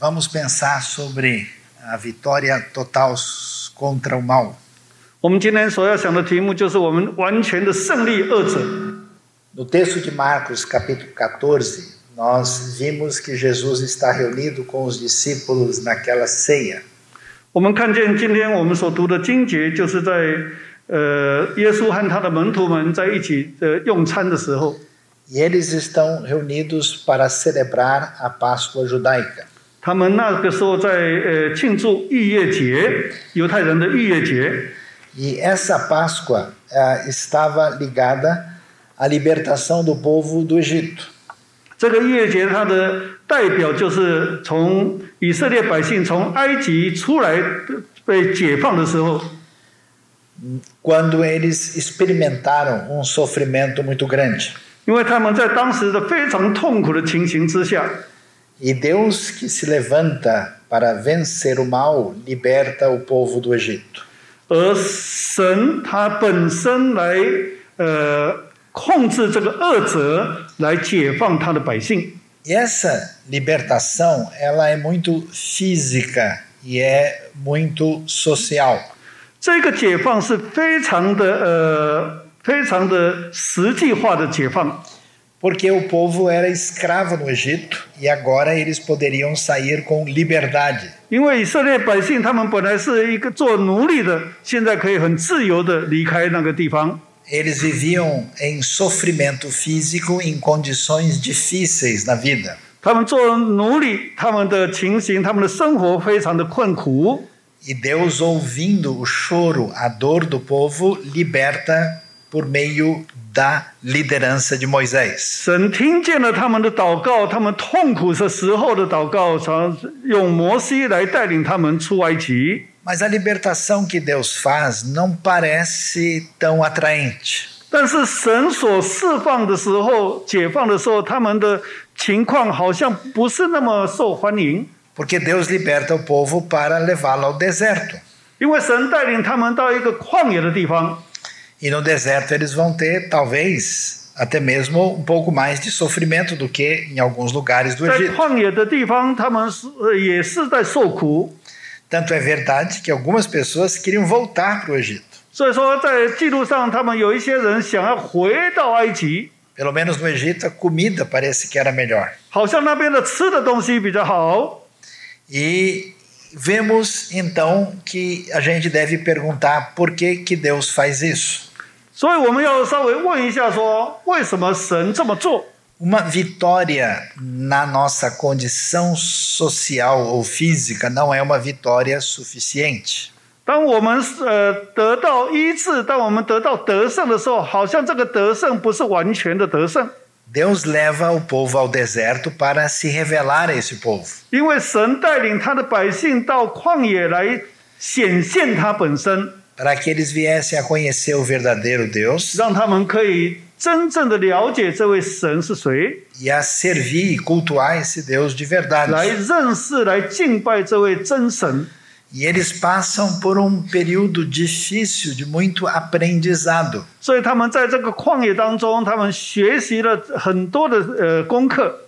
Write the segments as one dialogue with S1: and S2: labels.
S1: Vamos pensar sobre a vitória total contra o mal.
S2: 我们今天所要想的题目就是我们完全的胜利二者。
S1: No texto de Marcos, capítulo 14, nós vimos que Jesus está reunido com os discípulos naquela ceia.
S2: 我们看见今天我们所读的经节，就是在呃耶稣和他的门徒们在一起呃用餐的时候，
S1: E eles estão reunidos para celebrar a Páscoa judaica.
S2: 他们那个时候在呃庆祝逾越节，犹太人的逾越节。
S1: E essa Páscoa eh, estava ligada à libertação do povo do Egito.
S2: 这个逾越节，它的代表就是从以色列百姓从埃及出来呃被解放的时候，
S1: quando eles experimentaram um sofrimento muito grande.
S2: 因为他们在当时的非常痛苦的情形之下，
S1: E Deus que se levanta para vencer o mal liberta o povo do Egito.
S2: 而神他本身来呃控制这个恶者，来解放他的百姓。
S1: E essa libertação, ela é muito física e é muito social.
S2: 这个解放是非常的呃非常的实际化的解放，
S1: Porque o povo era escravo no Egito e agora eles poderiam sair com liberdade.
S2: 因为以色列百姓他们本来是一个做奴隶的，现在可以很自由的离开那个地方。
S1: Eles viviam em sofrimento físico em condições difíceis na vida.
S2: 他们做奴隶，他们的情形，他们的生活非常的困苦。
S1: E Deus, ouvindo o choro, a dor do povo, liberta por meio da liderança de Moisés.
S2: 神听见了他们的祷告，他们痛苦的时候的祷告，常用摩西来带领他们出埃及。
S1: Mas a libertação que Deus faz não parece tão atraente.
S2: 但是神所释放的时候，解放的时候，他们的情况好像不是那么受欢迎，
S1: Porque Deus liberta o povo para levá-lo ao deserto.
S2: 因为神带领他们到一个旷野的地方，
S1: E no deserto eles vão ter, talvez, até mesmo um pouco mais de sofrimento do que em alguns lugares do
S2: 在
S1: Egito.
S2: 旷野的地方，他们是呃也是在受苦。
S1: Tanto é verdade que algumas pessoas queriam voltar para o Egito.
S2: 所以说，在记录上，他们有一些人想要回到埃及，
S1: Pelo menos no Egito a comida parece que era melhor.
S2: 好像那边的吃的东西比较好。
S1: E vemos então que a gente deve perguntar por que, que Deus faz isso.
S2: 所以我们要稍微问一下说，为什么神这么做？
S1: Uma vitória na nossa condição social ou física não é uma vitória suficiente.
S2: 当我们呃得到医治，当我们得到得胜的时候，好像这个得胜不是完全的得胜，
S1: Deus leva o povo ao deserto para se revelar a esse povo.
S2: 因为神带领他的百姓到旷野来显现他本身，
S1: Para que eles viessem a conhecer o verdadeiro Deus
S2: 让他们可以真正的了解这位神是谁，
S1: e a servir e cultuar esse Deus de verdade.
S2: 来认识、来敬拜这位真神。
S1: E eles passam por um período difícil de muito aprendizado.
S2: 所以他们在这个旷野当中，他们学习了很多的呃功课。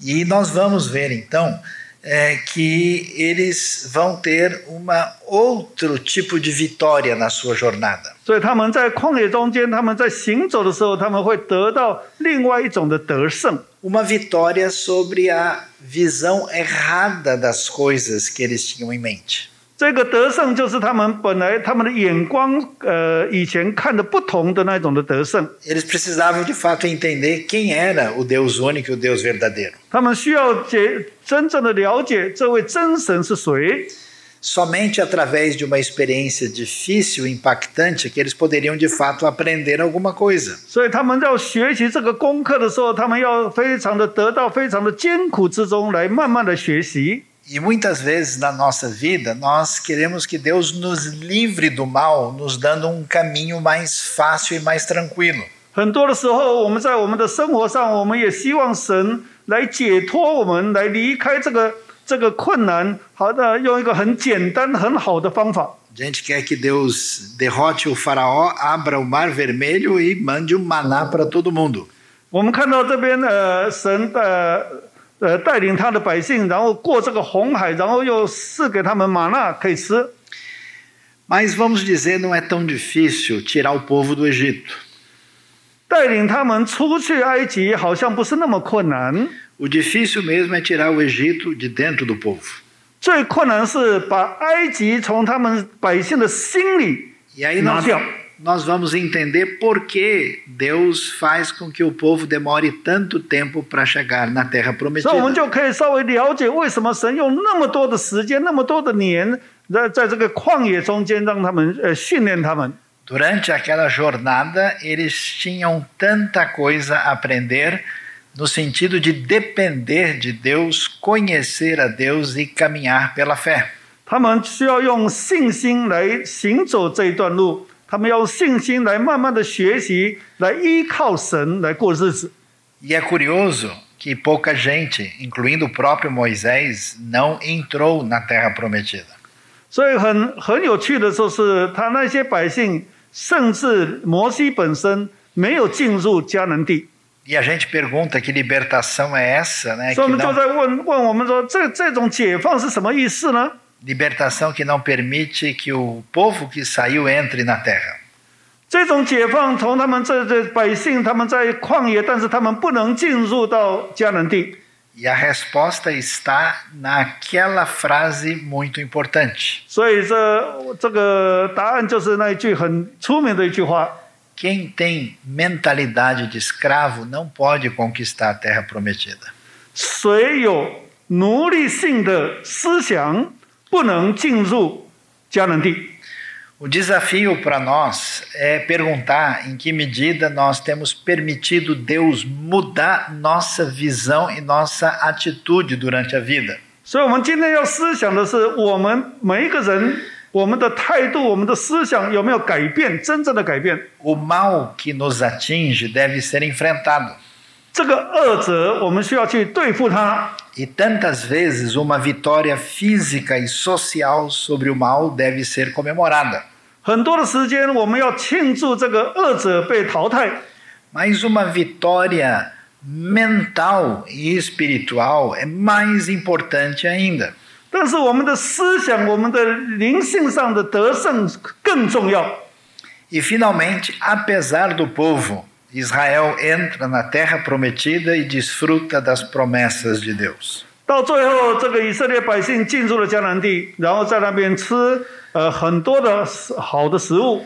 S1: E nós vamos ver então é, que eles vão ter uma outro tipo de vitória na sua jornada.
S2: 所以他们在旷野中间，他们在行走的时候，他们会得到另外一种的得胜，
S1: Uma vitória sobre a visão errada das coisas que eles tinham em mente.
S2: 这个得胜就是他们本来他们的眼光，呃，以前看的不同的那种的得胜。
S1: Eles precisavam de fato entender quem era o Deus único e o Deus verdadeiro.
S2: 他们需要解真正的了解这位真神是谁，
S1: Somente através de uma experiência difícil, impactante, que eles poderiam de fato aprender alguma coisa.
S2: 所以他们要学习这个功课的时候，他们要非常的得到非常的艰苦之中来慢慢的学习。
S1: E muitas vezes na nossa vida nós queremos que Deus nos livre do mal, nos dando um caminho mais fácil e mais tranquilo.
S2: 很多的时候，我们在我们的生活上，我们也希望神来解脱我们，来离开这个这个困难。好的，用一个很简单、很好的方法。
S1: A gente quer que Deus derrote o faraó, abra o mar vermelho e mande um maná para todo mundo.
S2: 我们看到这边，呃，神呃呃带领他的百姓，然后过这个红海，然后又赐给他们玛纳可以吃。
S1: Mas vamos dizer, não é tão difícil tirar o povo do Egito.
S2: 带领他们出去埃及好像不是那么困难，
S1: O difícil mesmo é tirar o Egito de dentro do povo.
S2: 最困难是把埃及从他们百姓的心里
S1: E aí nós,
S2: Nada.
S1: nós vamos entender por que Deus faz com que o povo demore tanto tempo para chegar na terra
S2: 所以我们
S1: prometida.
S2: 就可以稍微了解为什么神用那么多的时间、那么多的年，在在这个旷野中间让他们呃训练他们。
S1: Durante aquela jornada, eles tinham tanta coisa a aprender no sentido de depender de Deus, conhecer a Deus e caminhar pela fé.
S2: 他们需要用信心来行走这一段路，他们要用信心来慢慢的学习，来依靠神来过日子。
S1: E é curioso que pouca gente, incluindo o próprio Moisés, não entrou na terra prometida.
S2: 所以很很有趣的就是，他那些百姓，甚至摩西本身没有进入迦南地，
S1: E a gente pergunta que libertação é essa, né?
S2: 所以
S1: Que
S2: 我们就
S1: não-
S2: 在问问我们说，这这种解放是什么意思呢？
S1: libertação que não permite que o povo que saiu entre na terra.
S2: 这种解放从他们这这百姓他们在旷野，但是他们不能进入到迦南地。
S1: E a resposta está naquela frase muito importante:
S2: 所以这这个答案就是那一句很出名的一句话：
S1: quem tem mentalidade de escravo não pode conquistar a terra prometida.
S2: 谁有奴隶性的思想，不能进入迦南地。
S1: O desafio para nós é perguntar em que medida nós temos permitido Deus mudar nossa visão e nossa atitude durante a vida.
S2: 所以，我们今天要思想的是，我们每一个人，我们的态度、我们的思想有没有改变，真正的改变？
S1: O mal que nos atinge deve ser enfrentado.
S2: 这个恶者，我们需要去对付他。
S1: E tantas vezes uma vitória física e social sobre o mal deve ser comemorada.
S2: 很多的时间，我们要庆祝这个恶者被淘汰。
S1: Mas uma vitória mental e espiritual é mais importante ainda.
S2: 但是，我们的思想、我们的灵性上的得胜更重要。
S1: E finalmente, apesar do povo, Israel entra na terra prometida e desfruta das promessas de Deus.
S2: 到最后，这个以色列百姓进入了迦南地，然后在那边吃呃很多的食好的食物。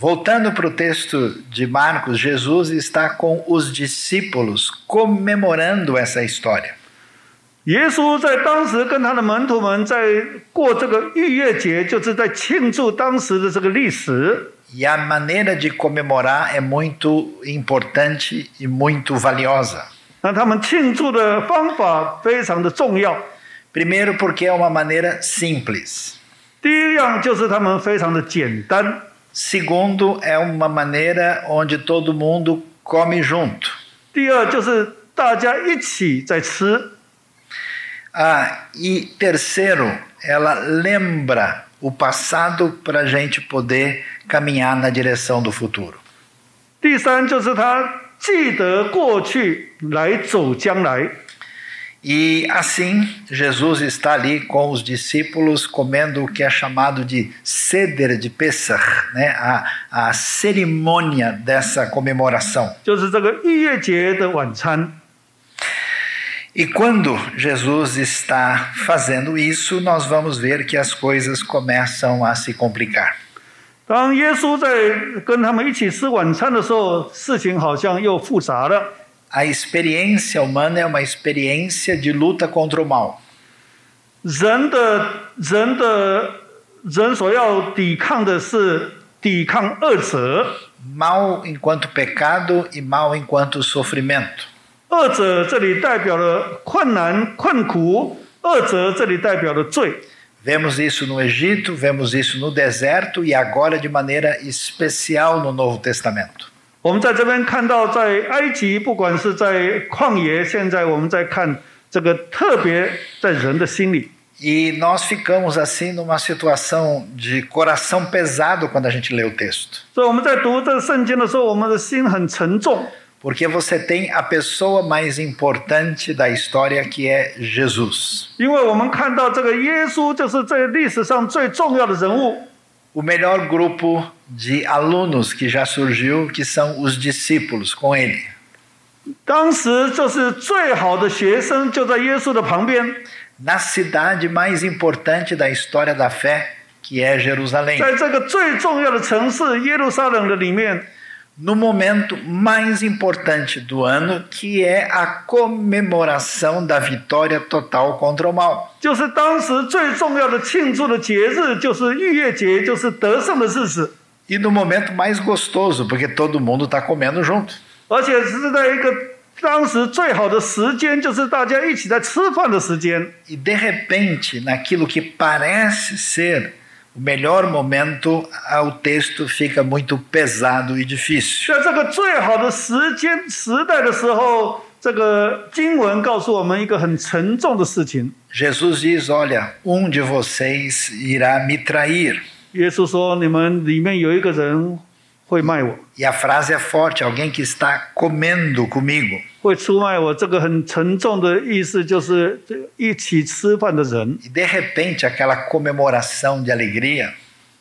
S1: Voltando para o texto de Marcos, Jesus está com os discípulos comemorando essa história.
S2: 耶稣在当时跟他的门徒们在过这个逾越节，就是在庆祝当时的这个历史。
S1: E a maneira de comemorar é muito importante e muito valiosa.
S2: 那他们庆祝的方法非常的重要。
S1: Primeiro, porque é uma maneira simples.
S2: 第一样就是他们非常的简单，
S1: Segundo, é uma maneira onde todo mundo come junto.
S2: 第二就是大家一起在吃。
S1: Ah, e terceiro, ela lembra o passado para a gente poder caminhar na direção do futuro.
S2: 第三就是他记得过去来走将来。
S1: E assim, Jesus está ali com os discípulos comendo o que é chamado de ceder de Pessach, né? a, a cerimônia dessa comemoração.
S2: 就是这个逾越节的晚餐。
S1: E quando Jesus está fazendo isso, nós vamos ver que as coisas começam a se complicar.
S2: 当耶稣在跟他们一起吃晚餐的时候，事情好像又复杂了。
S1: A experiência humana é uma experiência de luta contra o mal.
S2: 人的人的人所要抵抗的是抵抗恶者，
S1: Mal enquanto pecado e mal enquanto sofrimento.
S2: 恶者这里代表了困难、困苦；恶者这里代表了罪。
S1: Vemos isso no Egito, vemos isso no deserto e agora de maneira especial no Novo Testamento.
S2: 我们在这边看到，在埃及，不管是在旷野，现在我们在看这个，特别在人的心里。
S1: E nós ficamos assim numa situação de coração pesado quando a gente lê o texto.
S2: 所以我们在读这圣经的时候，我们的心很沉重。
S1: Porque você tem a pessoa mais importante da história que é Jesus.
S2: 因为我们看到这个耶稣就是这历史上最重要的人物。
S1: O melhor grupo de alunos que já surgiu, que são os discípulos com ele.
S2: 当时就是最好的学生就在耶稣的旁边，
S1: Na cidade mais importante da história da fé, que é Jerusalém.
S2: 在这个最重要的城市耶路撒冷的里面，
S1: no momento mais importante do ano, que é a comemoração da vitória total contra o mal.
S2: 就是当时最重要的庆祝的节日，就是逾越节，就是得胜的日子，
S1: E no momento mais gostoso, porque todo mundo está comendo junto.
S2: 而且是在一个当时最好的时间，就是大家一起在吃饭的时间。
S1: E de repente, naquilo que parece ser o melhor momento, ah, o texto fica muito pesado e difícil.
S2: 在这个最好的时间时代的时候，这个经文告诉我们一个很沉重的事情。
S1: Jesus diz: Olha, um de vocês irá me trair.
S2: 耶稣说：“你们里面有一个人会卖我，
S1: E a frase é forte: alguém que está comendo comigo.
S2: 会出卖我。”这个很沉重的意思就是一起吃饭的人。
S1: E de repente, aquela comemoração de alegria,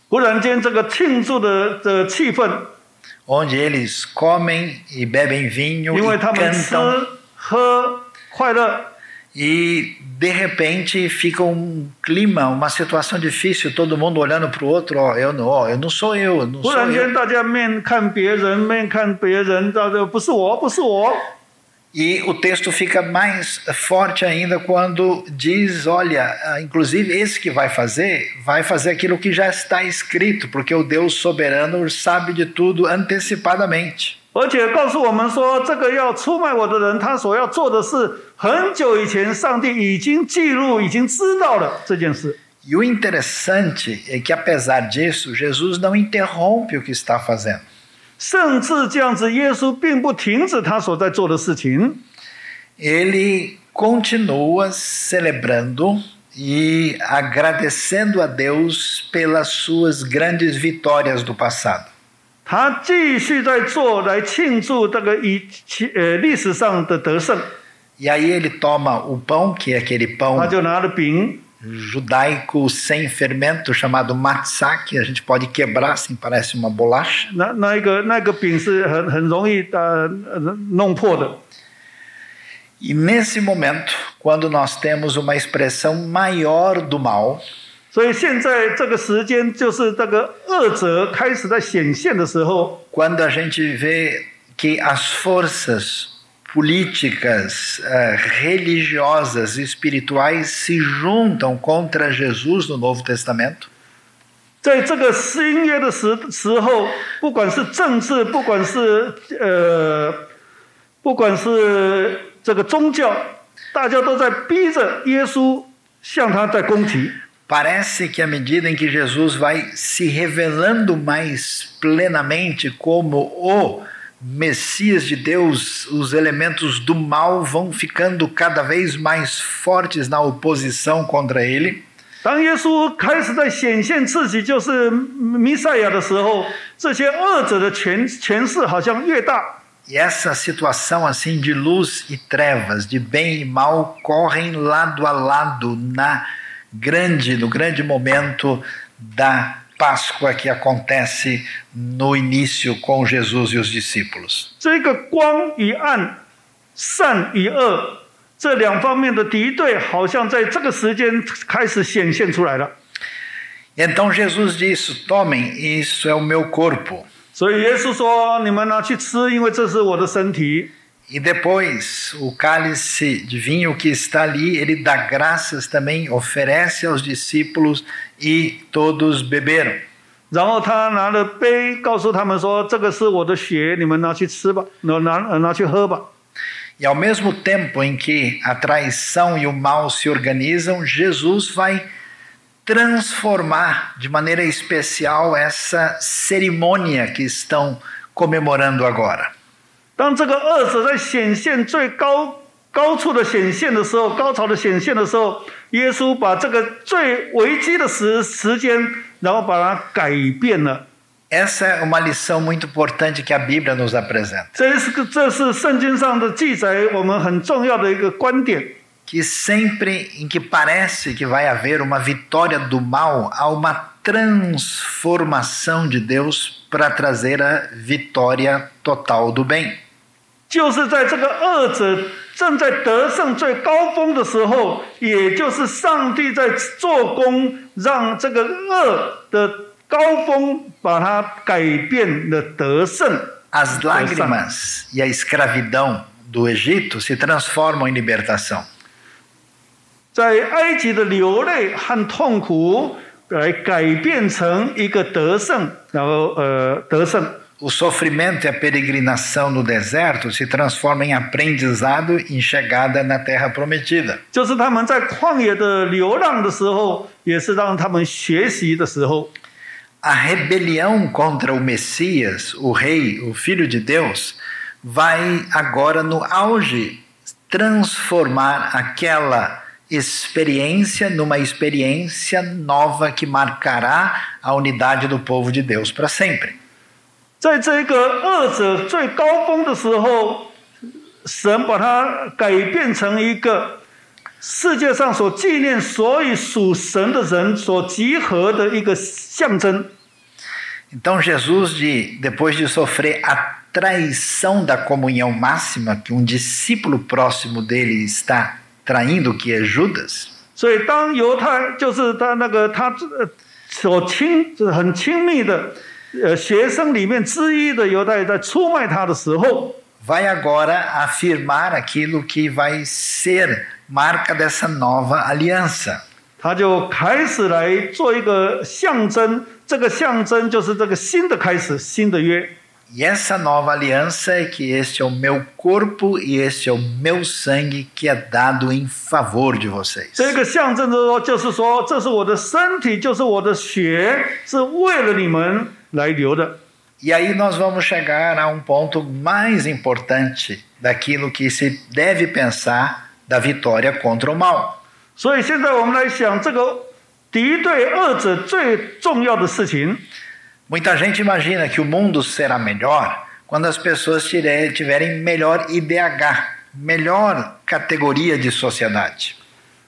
S2: 忽然间，这个庆祝的的气氛，
S1: onde eles comem e bebem vinho
S2: 因为
S1: e
S2: 他们吃
S1: cantam,
S2: 喝快乐，
S1: e de repente fica um clima, uma situação difícil, todo mundo olhando para o outro, ó, eu não, ó, eu não sou eu, eu não
S2: 忽
S1: sou
S2: 然间
S1: eu.
S2: 大家面看别人，面看别人，到这不是我，不是我。
S1: E o texto fica mais forte ainda quando diz, olha, ah, inclusive esse que vai fazer, vai fazer aquilo que já está escrito, porque o Deus soberano sabe de tudo antecipadamente.
S2: 而且告诉我们说，这个要出卖我的人，他所要做的事，很久以前上帝已经记录、已经知道了这件事。
S1: E o interessante é que, apesar disso, Jesus não interrompe o que está fazendo.
S2: 甚至这样子，耶稣并不停止他所在做的事情，
S1: Ele continua celebrando e agradecendo a Deus pelas suas grandes vitórias do passado.
S2: 他继续在做来庆祝这个以其呃历史上的得胜。
S1: E aí ele toma o pão, que é aquele pão
S2: 他就拿了饼，
S1: judaico sem fermento, chamado matzah, que a gente pode quebrar, assim, parece uma bolacha.
S2: 那那一个那个饼是很很容易呃呃弄破的。
S1: E nesse momento, quando nós temos uma expressão maior do mal,
S2: 所以现在这个时间就是这个恶者开始在显现的时候，
S1: quando a gente vê que as forças políticas, eh, religiosas e espirituais se juntam contra Jesus no Novo Testamento,
S2: 在这个新约的时时候，不管是政治，不管是呃，不管是这个宗教，大家都在逼着耶稣向他在攻击。
S1: parece que à medida em que Jesus vai se revelando mais plenamente como o Messias de Deus, os elementos do mal vão ficando cada vez mais fortes na oposição contra ele.
S2: 当耶稣开始在显现自己就是弥赛亚的时候，这些恶者的权权势好像越大。
S1: E essa situação assim de luz e trevas, de bem e mal, correm lado a lado na grande, no grande momento da Páscoa que acontece no início com Jesus e os discípulos.
S2: 这个光与暗、善与恶这两方面的敌对，好像在这个时间开始显现出来了。
S1: Então Jesus disse: Tomem, isso é o meu corpo.
S2: 所以耶稣说：“你们拿去吃，因为这是我的身体。
S1: E depois, o cálice de vinho que está ali, ele dá graças também, oferece aos discípulos e todos beberam. ”
S2: 然后他拿了杯，告诉他们说：“这个是我的血，你们拿去吃吧，拿拿呃拿去喝吧。
S1: E ao mesmo tempo em que a traição e o mal se organizam, Jesus vai transformar de maneira especial essa cerimônia que estão comemorando agora. ”
S2: 当这个恶者在显现最高高处的显现的时候，高潮的显现的时候，耶稣把这个最危机的时时间，然后把它改变了。
S1: Essa é uma lição muito importante que a Bíblia nos apresenta.
S2: 这是个这是圣经上的记载，我们很重要的一个观点。
S1: Que sempre em que parece que vai haver uma vitória do mal, há uma transformação de Deus para trazer a vitória total do bem.
S2: 就是在这个恶者正在得胜最高峰的时候，也就是上帝在做工，让这个恶的高峰把它改变了得胜。
S1: As lágrimas e a escravidão do Egito se transformam em libertação.
S2: 在埃及的流泪和痛苦来改变成一个得胜，然后呃得胜。
S1: O sofrimento e a peregrinação no deserto se transformam em aprendizado e em chegada na terra prometida.
S2: 就是他们在旷野的流浪的时候，也是让他们学习的时候。
S1: A rebelião contra o Messias, o Rei, o Filho de Deus, vai agora no auge transformar aquela experiência numa experiência nova que marcará a unidade do povo de Deus para sempre.
S2: 在这个二者最高峰的时候，神把它改变成一个世界上所纪念所有属神的人所集合的一个象征。
S1: Então Jesus, de- depois de sofrer a traição da comunhão máxima que um discípulo próximo dele está traindo, que é Judas,
S2: 所以，当犹太就是他那个他呃所亲很亲密的呃学生里面之一的犹太在出卖他的时候，
S1: vai agora afirmar aquilo que vai ser marca dessa nova aliança.
S2: 他就开始来做一个象征。这个象征就是这个新的开始，新的约。
S1: E essa nova aliança é que este é o meu corpo e este é o meu sangue que é dado em favor de vocês.
S2: 这个象征着说，就是说，这是我的身体，就是我的血，是为了你们来流的。
S1: E aí nós vamos chegar a um ponto mais importante daquilo que se deve pensar da vitória contra o mal.
S2: 所以现在我们来想这个敌对二者最重要的事情。
S1: Muita gente imagina que o mundo será melhor quando as pessoas tire- tiverem melhor IDH, melhor categoria de sociedade.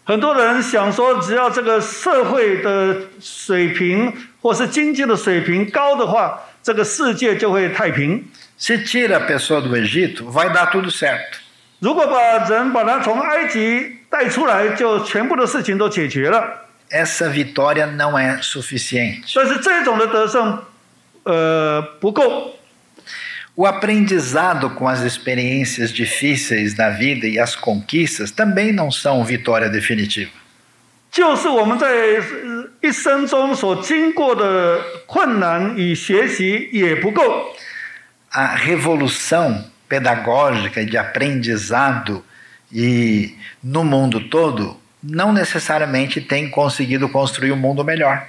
S2: 很多人想说，只要这个社会的水平或是经济的水平高的话，这个世界就会太平。
S1: Se tira a pessoa do Egito, vai dar tudo certo.
S2: 如果把人把他从埃及带出来，就全部的事情都解决了。
S1: Essa vitória não é suficiente.
S2: 但是这种的得胜，呃，不够。
S1: O aprendizado com as experiências difíceis da vida e as conquistas também não são vitória definitiva.
S2: 就是我们在呃一生中所经过的困难与学习也不够。
S1: a revolução pedagógica e de aprendizado e no mundo todo não necessariamente tem conseguido construir um mundo melhor.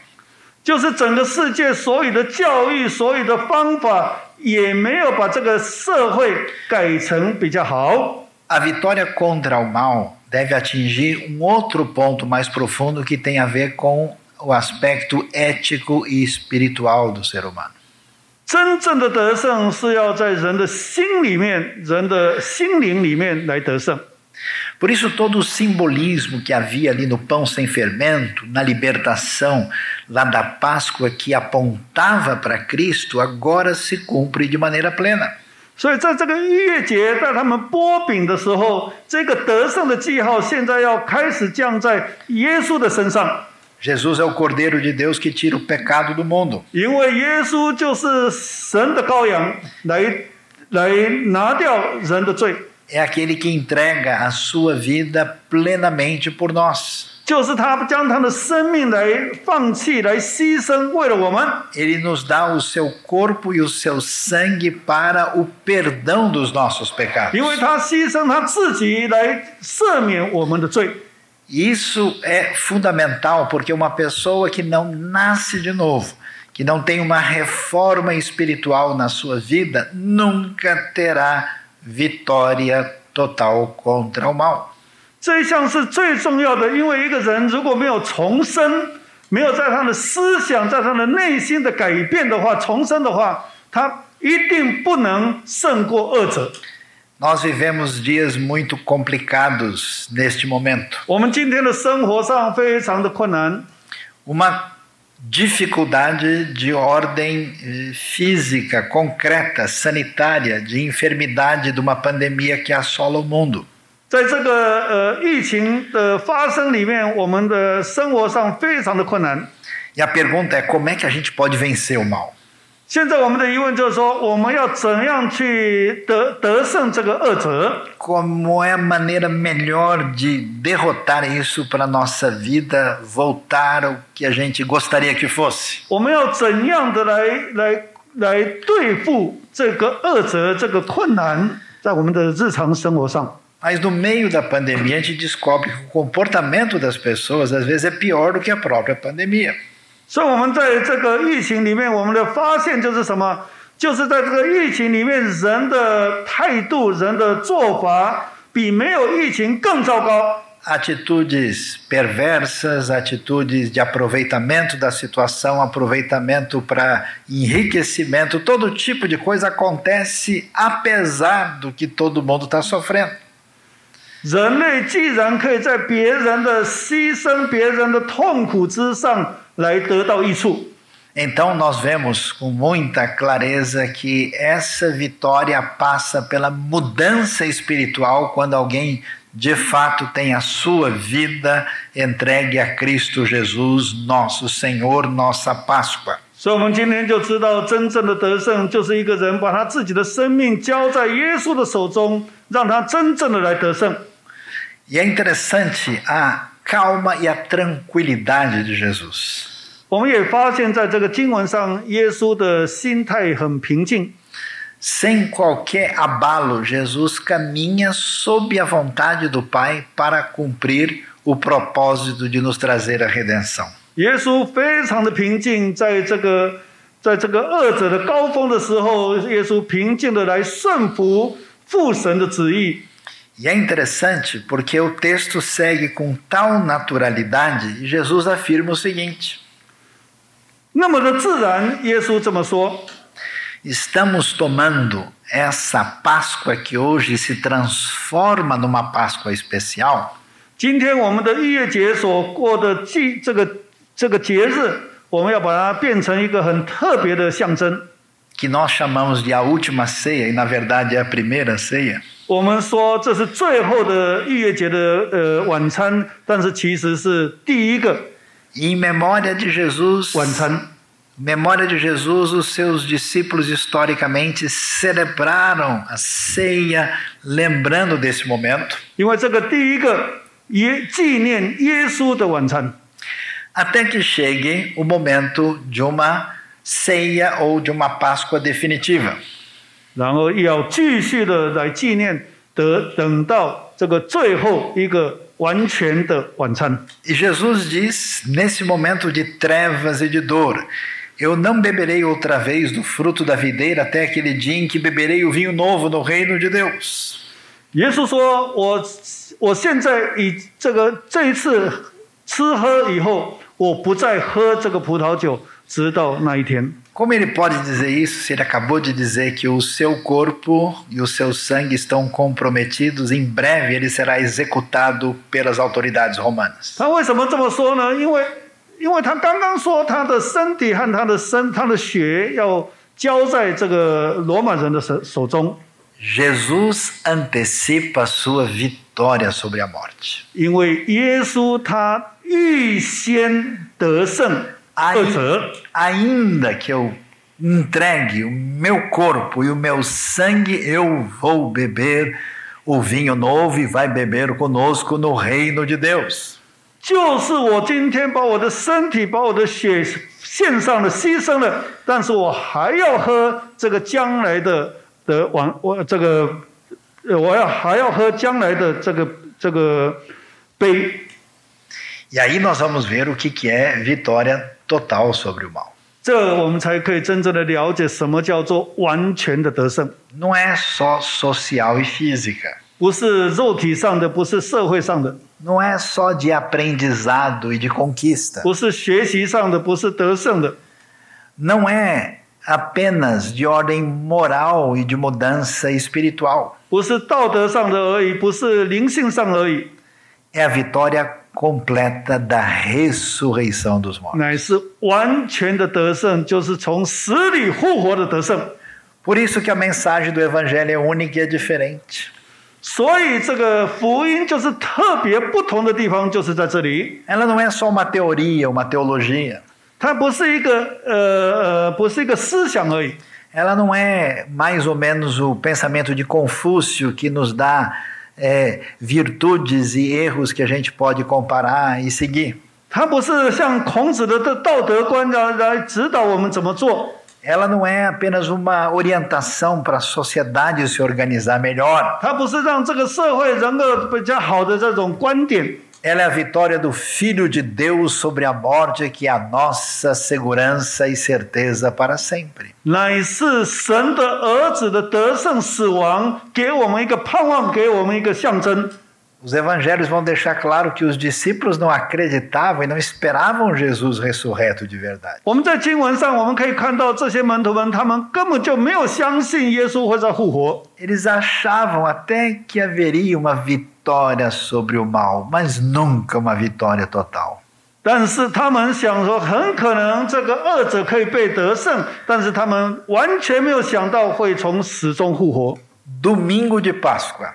S2: 就是整个世界所有的教育、所有的方法，也没有把这个社会改成比较好。
S1: A vitória contra o mal deve atingir um outro ponto mais profundo que tem a ver com o aspecto ético e espiritual do ser humano.
S2: 真正的得胜是要在人的心里面、人的心灵里面来得胜。
S1: Por isso, todo o simbolismo que havia ali no pão sem fermento, na libertação lá da Páscoa que apontava para Cristo, agora se cumpre de maneira plena.
S2: 所以，在这个逾越节，在他们剥饼的时候，这个得胜的记号现在要开始降在耶稣的身上。
S1: Jesus é o Cordeiro de Deus que tira o pecado do mundo.
S2: 因为耶稣就是神的羔羊，来来拿掉人的罪，
S1: É aquele que entrega a sua vida plenamente por nós.
S2: 就是他将他的生命来放弃、来牺牲，为了我们，
S1: Ele nos dá o seu corpo e o seu sangue para o perdão dos nossos pecados.
S2: 因为他牺牲他自己来赦免我们的罪。
S1: Isso é fundamental porque uma pessoa que não nasce de novo, que não tem uma reforma espiritual na sua vida, nunca terá vitória total contra o mal.
S2: 这一项是最重要的，因为一个人如果没有重生，没有在他的思想、在他的内心的改变的话、重生的话，他一定不能胜过二者。
S1: Nós vivemos dias muito complicados neste momento.
S2: 我们今天的生活上非常的困难，
S1: Uma dificuldade de ordem eh, física, concreta, sanitária, de enfermidade de uma pandemia que assola o mundo.
S2: 在这个呃疫情的发生里面，我们的生活上非常的困难。
S1: E a pergunta é como é que a gente pode vencer o mal?
S2: 现在我们的疑问就是说，我们要怎样去得得胜这个恶者？
S1: Como é a maneira melhor de derrotar isso para a nossa vida voltar ao que a gente gostaria que fosse?
S2: 我们要怎样的来来来对付这个恶者这个困难，在我们的日常生活上？
S1: Mas no meio da pandemia a gente descobre que o comportamento das pessoas às vezes é pior do que a própria pandemia.
S2: 所以我们在这个疫情里面，我们的发现就是什么？就是在这个疫情里面，人的态度、人的做法比没有疫情更糟糕。
S1: Atitudes perversas, atitudes de aproveitamento da situação, aproveitamento para enriquecimento, todo tipo de coisa acontece apesar do que todo mundo está sofrendo.
S2: 人类既然可以在别人的牺牲、别人的痛苦之上来得到益处，
S1: Então nós vemos com muita clareza que essa vitória passa pela mudança espiritual quando alguém de fato tem a sua vida entregue a Cristo Jesus, nosso Senhor, nossa Páscoa.
S2: 所以，我们今天就知道，真正的得胜就是一个人把他自己的生命交在耶稣的手中，让他真正的来得胜。
S1: E é interessante a calma e a tranquilidade de Jesus.
S2: 我们也发现，在这个经文上，耶稣的心态很平静，
S1: Sem qualquer abalo, Jesus caminha sob a vontade do Pai para cumprir o propósito de nos trazer a redenção.
S2: 耶稣非常的平静，在这个在这个恶者的高峰的时候，耶稣平静的来顺服父神的旨意。
S1: E é interessante porque o texto segue com tal naturalidade e Jesus afirma o seguinte:
S2: 那么的自然，耶稣这么说。
S1: estamos tomando essa Páscoa que hoje se transforma numa Páscoa especial,
S2: 今天我们的逾越节所过的祭这个这个节日，我们要把它变成一个很特别的象征。
S1: que nós chamamos de a última ceia e na verdade é a primeira ceia.
S2: 我们说这是最后的逾越节的呃晚餐，但是其实是第一个
S1: E em memória de Jesus,
S2: 晚餐。
S1: memória de Jesus, os seus discípulos historicamente celebraram a ceia lembrando desse momento.
S2: 因为这个第一个也纪念耶稣的晚餐，
S1: até que chegue o momento de uma ceia ou de uma Páscoa definitiva.
S2: 然后要继续的来纪念，得等到这个最后一个完全的晚餐。
S1: E Jesus diz, nesse momento de trevas e de dor, eu não beberei outra vez do fruto da videira até aquele dia em que beberei o vinho novo no reino de Deus.
S2: 耶稣说：“我我现在以这个这一次吃喝以后，我不再喝这个葡萄酒，直到那一天。
S1: Como ele pode dizer isso se ele acabou de dizer que o seu corpo e o seu sangue estão comprometidos, em breve ele será executado pelas autoridades romanas? ”
S2: 他为什么这么说呢？因为因为他刚刚说他的身体和他的身他的血要交在这个罗马人的手手中，
S1: Jesus antecipa a sua vitória sobre a morte.
S2: 因为耶稣他预先得胜二
S1: Ai-
S2: 者。
S1: ainda que eu entregue o meu corpo e o meu sangue, eu vou beber o vinho novo e vai beber conosco no reino de Deus.
S2: 就是我今天把我的身体、把我的血献上了、牺牲了，但是我还要喝这个将来的的晚，我这个，呃我要还要喝将来的这个这个杯。
S1: E aí nós vamos ver o que, que é vitória total sobre o mal.
S2: 这我们才可以真正的了解什么叫做完全的得胜，
S1: Não é só social e física.
S2: 不是肉体上的，不是社会上的，
S1: não é só de aprendizado e de conquista.
S2: 不是学习上的，不是得胜的，
S1: Não é apenas de ordem moral e de mudança espiritual.
S2: 不是道德上的而已，不是灵性上而已，
S1: É a vitória completa da ressurreição dos mortos.
S2: 乃是完全的得胜，就是从死里复活的得胜。
S1: Por isso que a mensagem do evangelho é única e é diferente.
S2: 所以这个福音就是特别不同的地方，就是在这里，
S1: Ela não é só uma teoria, uma teologia.
S2: 它不是一个呃呃，不是一个思想而已，
S1: Ela não é mais ou menos o pensamento de Confúcio que nos dá é, virtudes e erros que a gente pode comparar e seguir.
S2: 它不是像孔子的道道德观来来指导我们怎么做，
S1: Ela não é apenas uma orientação para a sociedade se organizar melhor.
S2: 它不是让这个社会能够比较好的这种观点，
S1: Ela é a vitória do Filho de Deus sobre a morte, que é a nossa segurança e certeza para sempre.
S2: 乃是神的儿子的得胜死亡，给我们一个盼望，给我们一个象征。
S1: Os evangelhos vão deixar claro que os discípulos não acreditavam e não esperavam Jesus ressurreto de verdade.
S2: 我们在经文上我们可以看到，这些门徒们他们根本就没有相信耶稣会再复活，
S1: Eles achavam até que haveria uma vitória sobre o mal, mas nunca uma vitória total.
S2: 但是他们想说，很可能这个二者可以被得胜，但是他们完全没有想到会从死中复活。
S1: Domingo de Páscoa.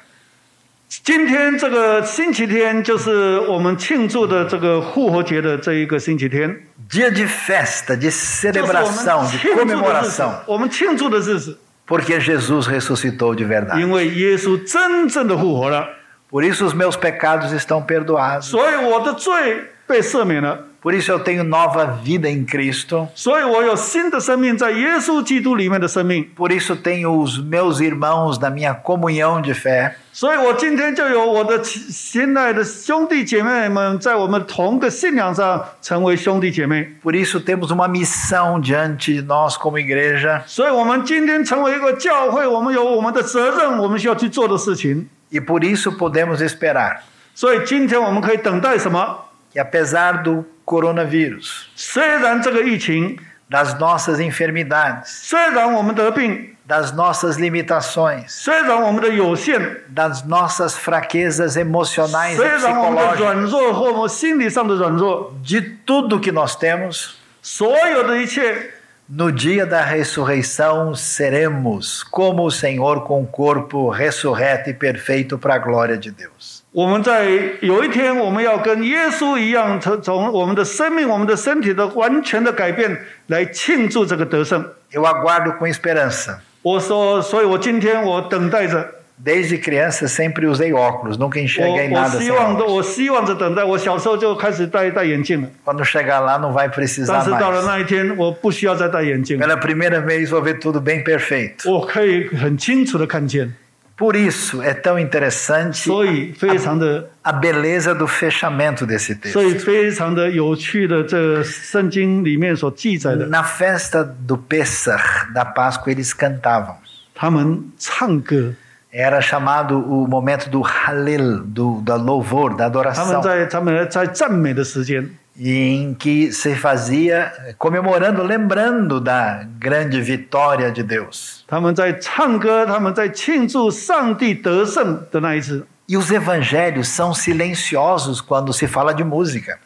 S2: 今天这个星期天就是我们庆祝的这个复活节的这一个星期天，
S1: Dia de festa, de
S2: 就是我
S1: celebração,
S2: 们
S1: de
S2: 庆祝的日子
S1: comemoração.，
S2: 我们庆祝的日子。
S1: Porque Jesus ressuscitou de verdade.
S2: 因为耶稣真正的复活了，
S1: Por isso os meus pecados estão perdoados.
S2: 所以我的罪被赦免了，
S1: Por isso eu tenho nova vida em Cristo.
S2: 所以我有新的生命，在耶稣基督里面的生命，
S1: Por isso tenho os meus irmãos na minha comunhão de fé.
S2: 所以我今天就有我的亲亲爱的兄弟姐妹们，在我们同个信仰上成为兄弟姐妹，
S1: Por isso temos uma missão diante de nós como igreja.
S2: 所以我们今天成为一个教会，我们有我们的责任，我们需要去做的事情，
S1: E por isso podemos esperar
S2: 所以今天我们可以等待什么？
S1: que, apesar do coronavírus,
S2: 虽然这个疫情，
S1: das nossas enfermidades,
S2: 虽然我们得病，
S1: das nossas limitações,
S2: 虽然我们的有限，
S1: das nossas fraquezas emocionais e
S2: 虽然我们的软
S1: psicológicas,
S2: 弱或我们心理上的软弱，
S1: de tudo que nós temos,
S2: 所有的一切，
S1: no dia da ressurreição seremos como o Senhor com o corpo ressurreto e perfeito para a glória de Deus.
S2: 我们在有一天我们要跟耶稣一样，从从我们的生命、我们的身体的完全的改变来庆祝这个得胜。
S1: Eu aguardo com esperança.
S2: 我说，所以我今天我等待着，
S1: Desde criança sempre usei óculos, nunca
S2: 我
S1: enxerguei
S2: 我
S1: nada
S2: 希
S1: sem
S2: 望着，
S1: óculos.
S2: 我希望着等待。我小时候就开始戴戴眼镜了，
S1: Quando chegar lá não vai
S2: 但
S1: precisar
S2: 是到了
S1: mais.
S2: 那一天，我不需要再戴眼镜了，
S1: Pela primeira vez vou ver tudo bem perfeito.
S2: 我可以很清楚的看见，
S1: Por isso é tão interessante
S2: 所以非常的，
S1: a beleza do fechamento desse
S2: 所
S1: texto.
S2: 以非常的有趣的，这个圣经里面所记载的，
S1: Na festa do Pessah, da Páscoa, eles cantavam.
S2: 他们唱歌。
S1: Era chamado o momento do Halil, do, da louvor, da
S2: 他们
S1: adoração,
S2: 在他们在赞美的时间，
S1: em que se fazia comemorando, lembrando da grande vitória de Deus.
S2: 他们在唱歌，他们在庆祝上帝得胜的那一次。
S1: E os evangelhos são silenciosos quando se fala de música.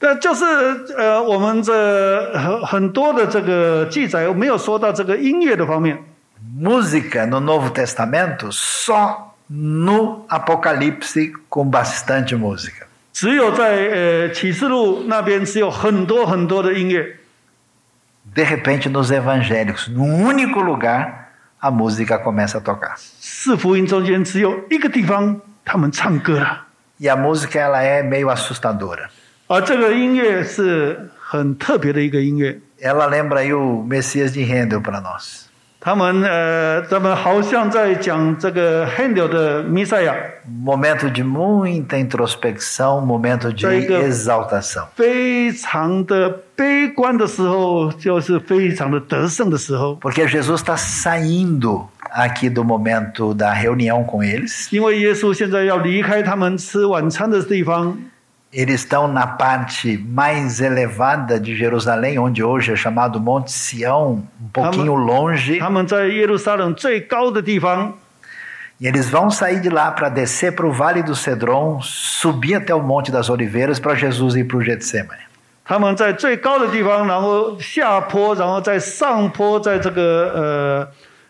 S2: 但就是呃，我们这很很多的这个记载没有说到这个音乐的方面，
S1: Música no Novo Testamento só no Apocalipse com bastante música.
S2: 只有在呃启示录那边只有很多很多的音乐，
S1: De repente, nos evangélicos, num único lugar, a música começa a tocar.
S2: 四福音中间只有一个地方他们唱歌了，
S1: E a música ela é meio assustadora.
S2: 而这个音乐是很特别的一个音乐。
S1: Ela lembra aí o Messias de Handel para nós.
S2: 他们呃，他们好像在讲这个 Handel 的《弥赛亚》。
S1: Momento de muita introspecção, momento de
S2: Pega.
S1: exaltação.
S2: 非常的悲观的时候，就是非常的得胜的时候，
S1: Porque Jesus está tá saindo aqui do momento da reunião com eles.
S2: 因为耶稣现在要离开他们吃晚餐的地方，
S1: Eles estão na parte mais elevada de Jerusalém, onde hoje é chamado Monte Sião, um pouquinho longe.
S2: 他们在耶路撒冷最高的地方，
S1: E eles vão sair de lá para descer para o Vale do Cedron, subir até o Monte das Oliveiras para Jesus ir para o Getsemane.
S2: 他们在最高的地方，然后下坡，然后在上坡，在这个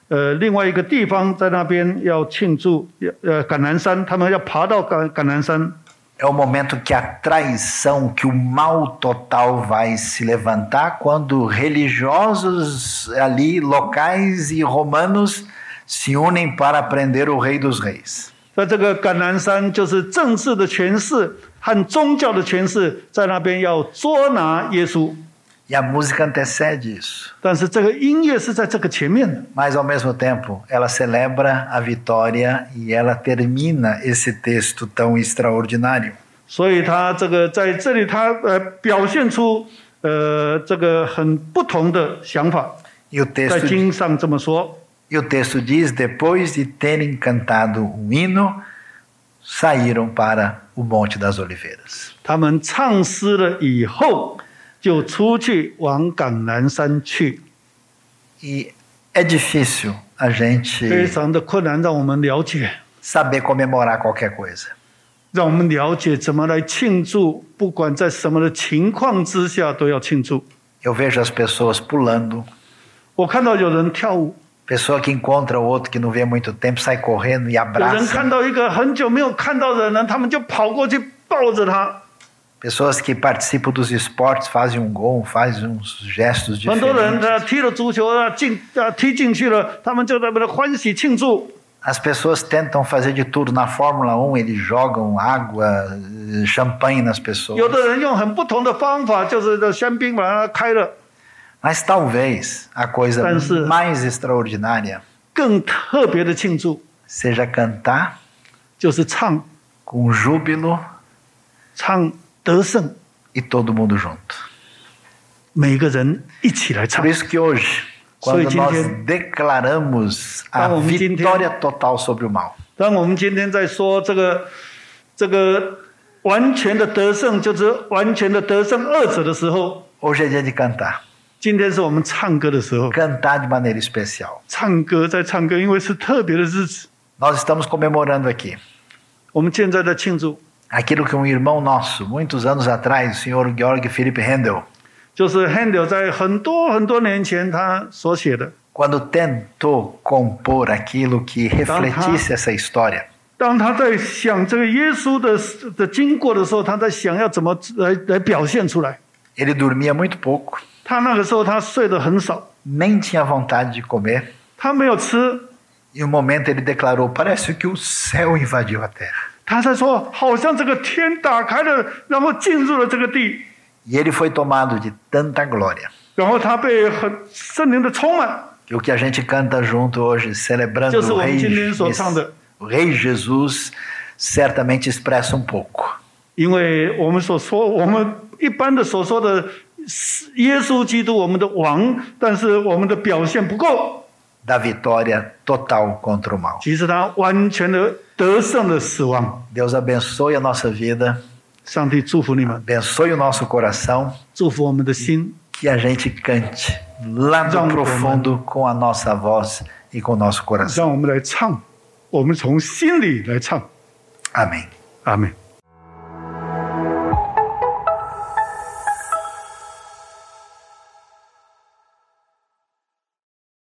S2: 呃呃另外一个地方，在那边要庆祝，呃橄榄山，他们要爬到橄橄榄山。
S1: É o momento que a traição, que o mal total vai se levantar quando religiosos ali, locais e romanos, se unem para prender o Rei dos Reis.
S2: 在这个橄榄山，就是政治的权势和宗教的权势在那边要捉拿耶稣，
S1: E a música antecede isso,
S2: 但是这个音乐是在这个前面的。
S1: mas ao mesmo tempo ela celebra a vitória e ela termina esse texto tão extraordinário.
S2: 所以他这个在这里他呃表现出呃这个很不同的想法，
S1: E o
S2: 在
S1: texto
S2: 经上这么说。
S1: E o texto diz: depois de terem cantado um hino, saíram para o Monte das Oliveiras.
S2: 他们唱诗了以后，就出去往橄榄山去，
S1: E é difícil a gente
S2: 非常的困难，让我们了解，
S1: saber comemorar qualquer coisa.
S2: 让我们了解怎么来庆祝，不管在什么的情况之下都要庆祝。
S1: Eu vejo as pessoas pulando,
S2: 我看到有人跳舞，
S1: pessoa que encontra o outro que não vê há muito tempo sai correndo e
S2: 有人看
S1: abraça,
S2: 到一个很久没有看到的人呢，他们就跑过去抱着他。
S1: pessoas que participam dos esportes fazem um gol, fazem uns gestos
S2: 很多人他
S1: diferentes.
S2: 踢了足球啊，进啊踢进去了，他们就在那边欢喜庆祝。
S1: As pessoas tentam fazer de tudo. Na Fórmula 1 eles jogam água, eh, champanhe nas pessoas.
S2: 有的人用很不同的方法，就是这香槟把它开了。
S1: Mas talvez a coisa
S2: Tá, isso-
S1: mais extraordinária
S2: 更特别的庆祝
S1: seja cantar
S2: 就是唱
S1: com júbilo
S2: 唱得胜，
S1: e todo mundo junto.
S2: 每个人一起来唱
S1: Por。isso que hoje, quando
S2: Sou
S1: nós
S2: Jinten.
S1: declaramos a
S2: Tá, vamos, Jinten.
S1: vitória total sobre o mal,
S2: 当我们今天在说这个这个完全的得胜，就是完全的得胜二者的时候，
S1: hoje é dia de cantar.
S2: 今天是我们唱歌的时候。
S1: Cantar de maneira especial.
S2: 唱歌在唱歌，因为是特别的日子，
S1: Nós estamos comemorando aqui
S2: 我们现在在庆祝，
S1: aquilo que um irmão nosso, muitos anos atrás, o senhor Georg Philipp Handel,
S2: 就是 Handel 在很多很多年前他所写的。
S1: quando tentou compor aquilo que refletisse essa história,
S2: 当他在想这个耶稣的的经过的时候，他在想要怎么来来表现出来。
S1: ele dormia muito pouco.
S2: 他那个时候他睡得很少，
S1: nem tinha vontade de comer.
S2: 他没有吃，
S1: Em um momento ele declarou: Parece que o céu invadiu a terra.
S2: 他在说好像这个天打开了，然后进入了这个地，
S1: E ele foi tomado de tanta glória
S2: 然后他被很圣灵的充满，
S1: que o que a gente canta junto hoje, celebrando
S2: Just
S1: o rei,
S2: um pouquinho só,
S1: Jesus-
S2: Sander.
S1: o rei Jesus, certamente expressa um pouco.
S2: 因为我们所说我们一般的所说的耶稣基督，我们的王，但是我们的表现不够，
S1: Da vitória total contra o mal.
S2: 其实他完全的得胜了死亡。
S1: Deus abençoe a nossa vida,
S2: 上帝祝福你们，
S1: abençoe o nosso coração,
S2: 祝福我们的心。
S1: que a gente cante lá no
S2: Vamos,
S1: profundo com a nossa voz e com o nosso coração.
S2: 让我们来唱，我们从心里来唱，
S1: Amém.
S2: 阿门。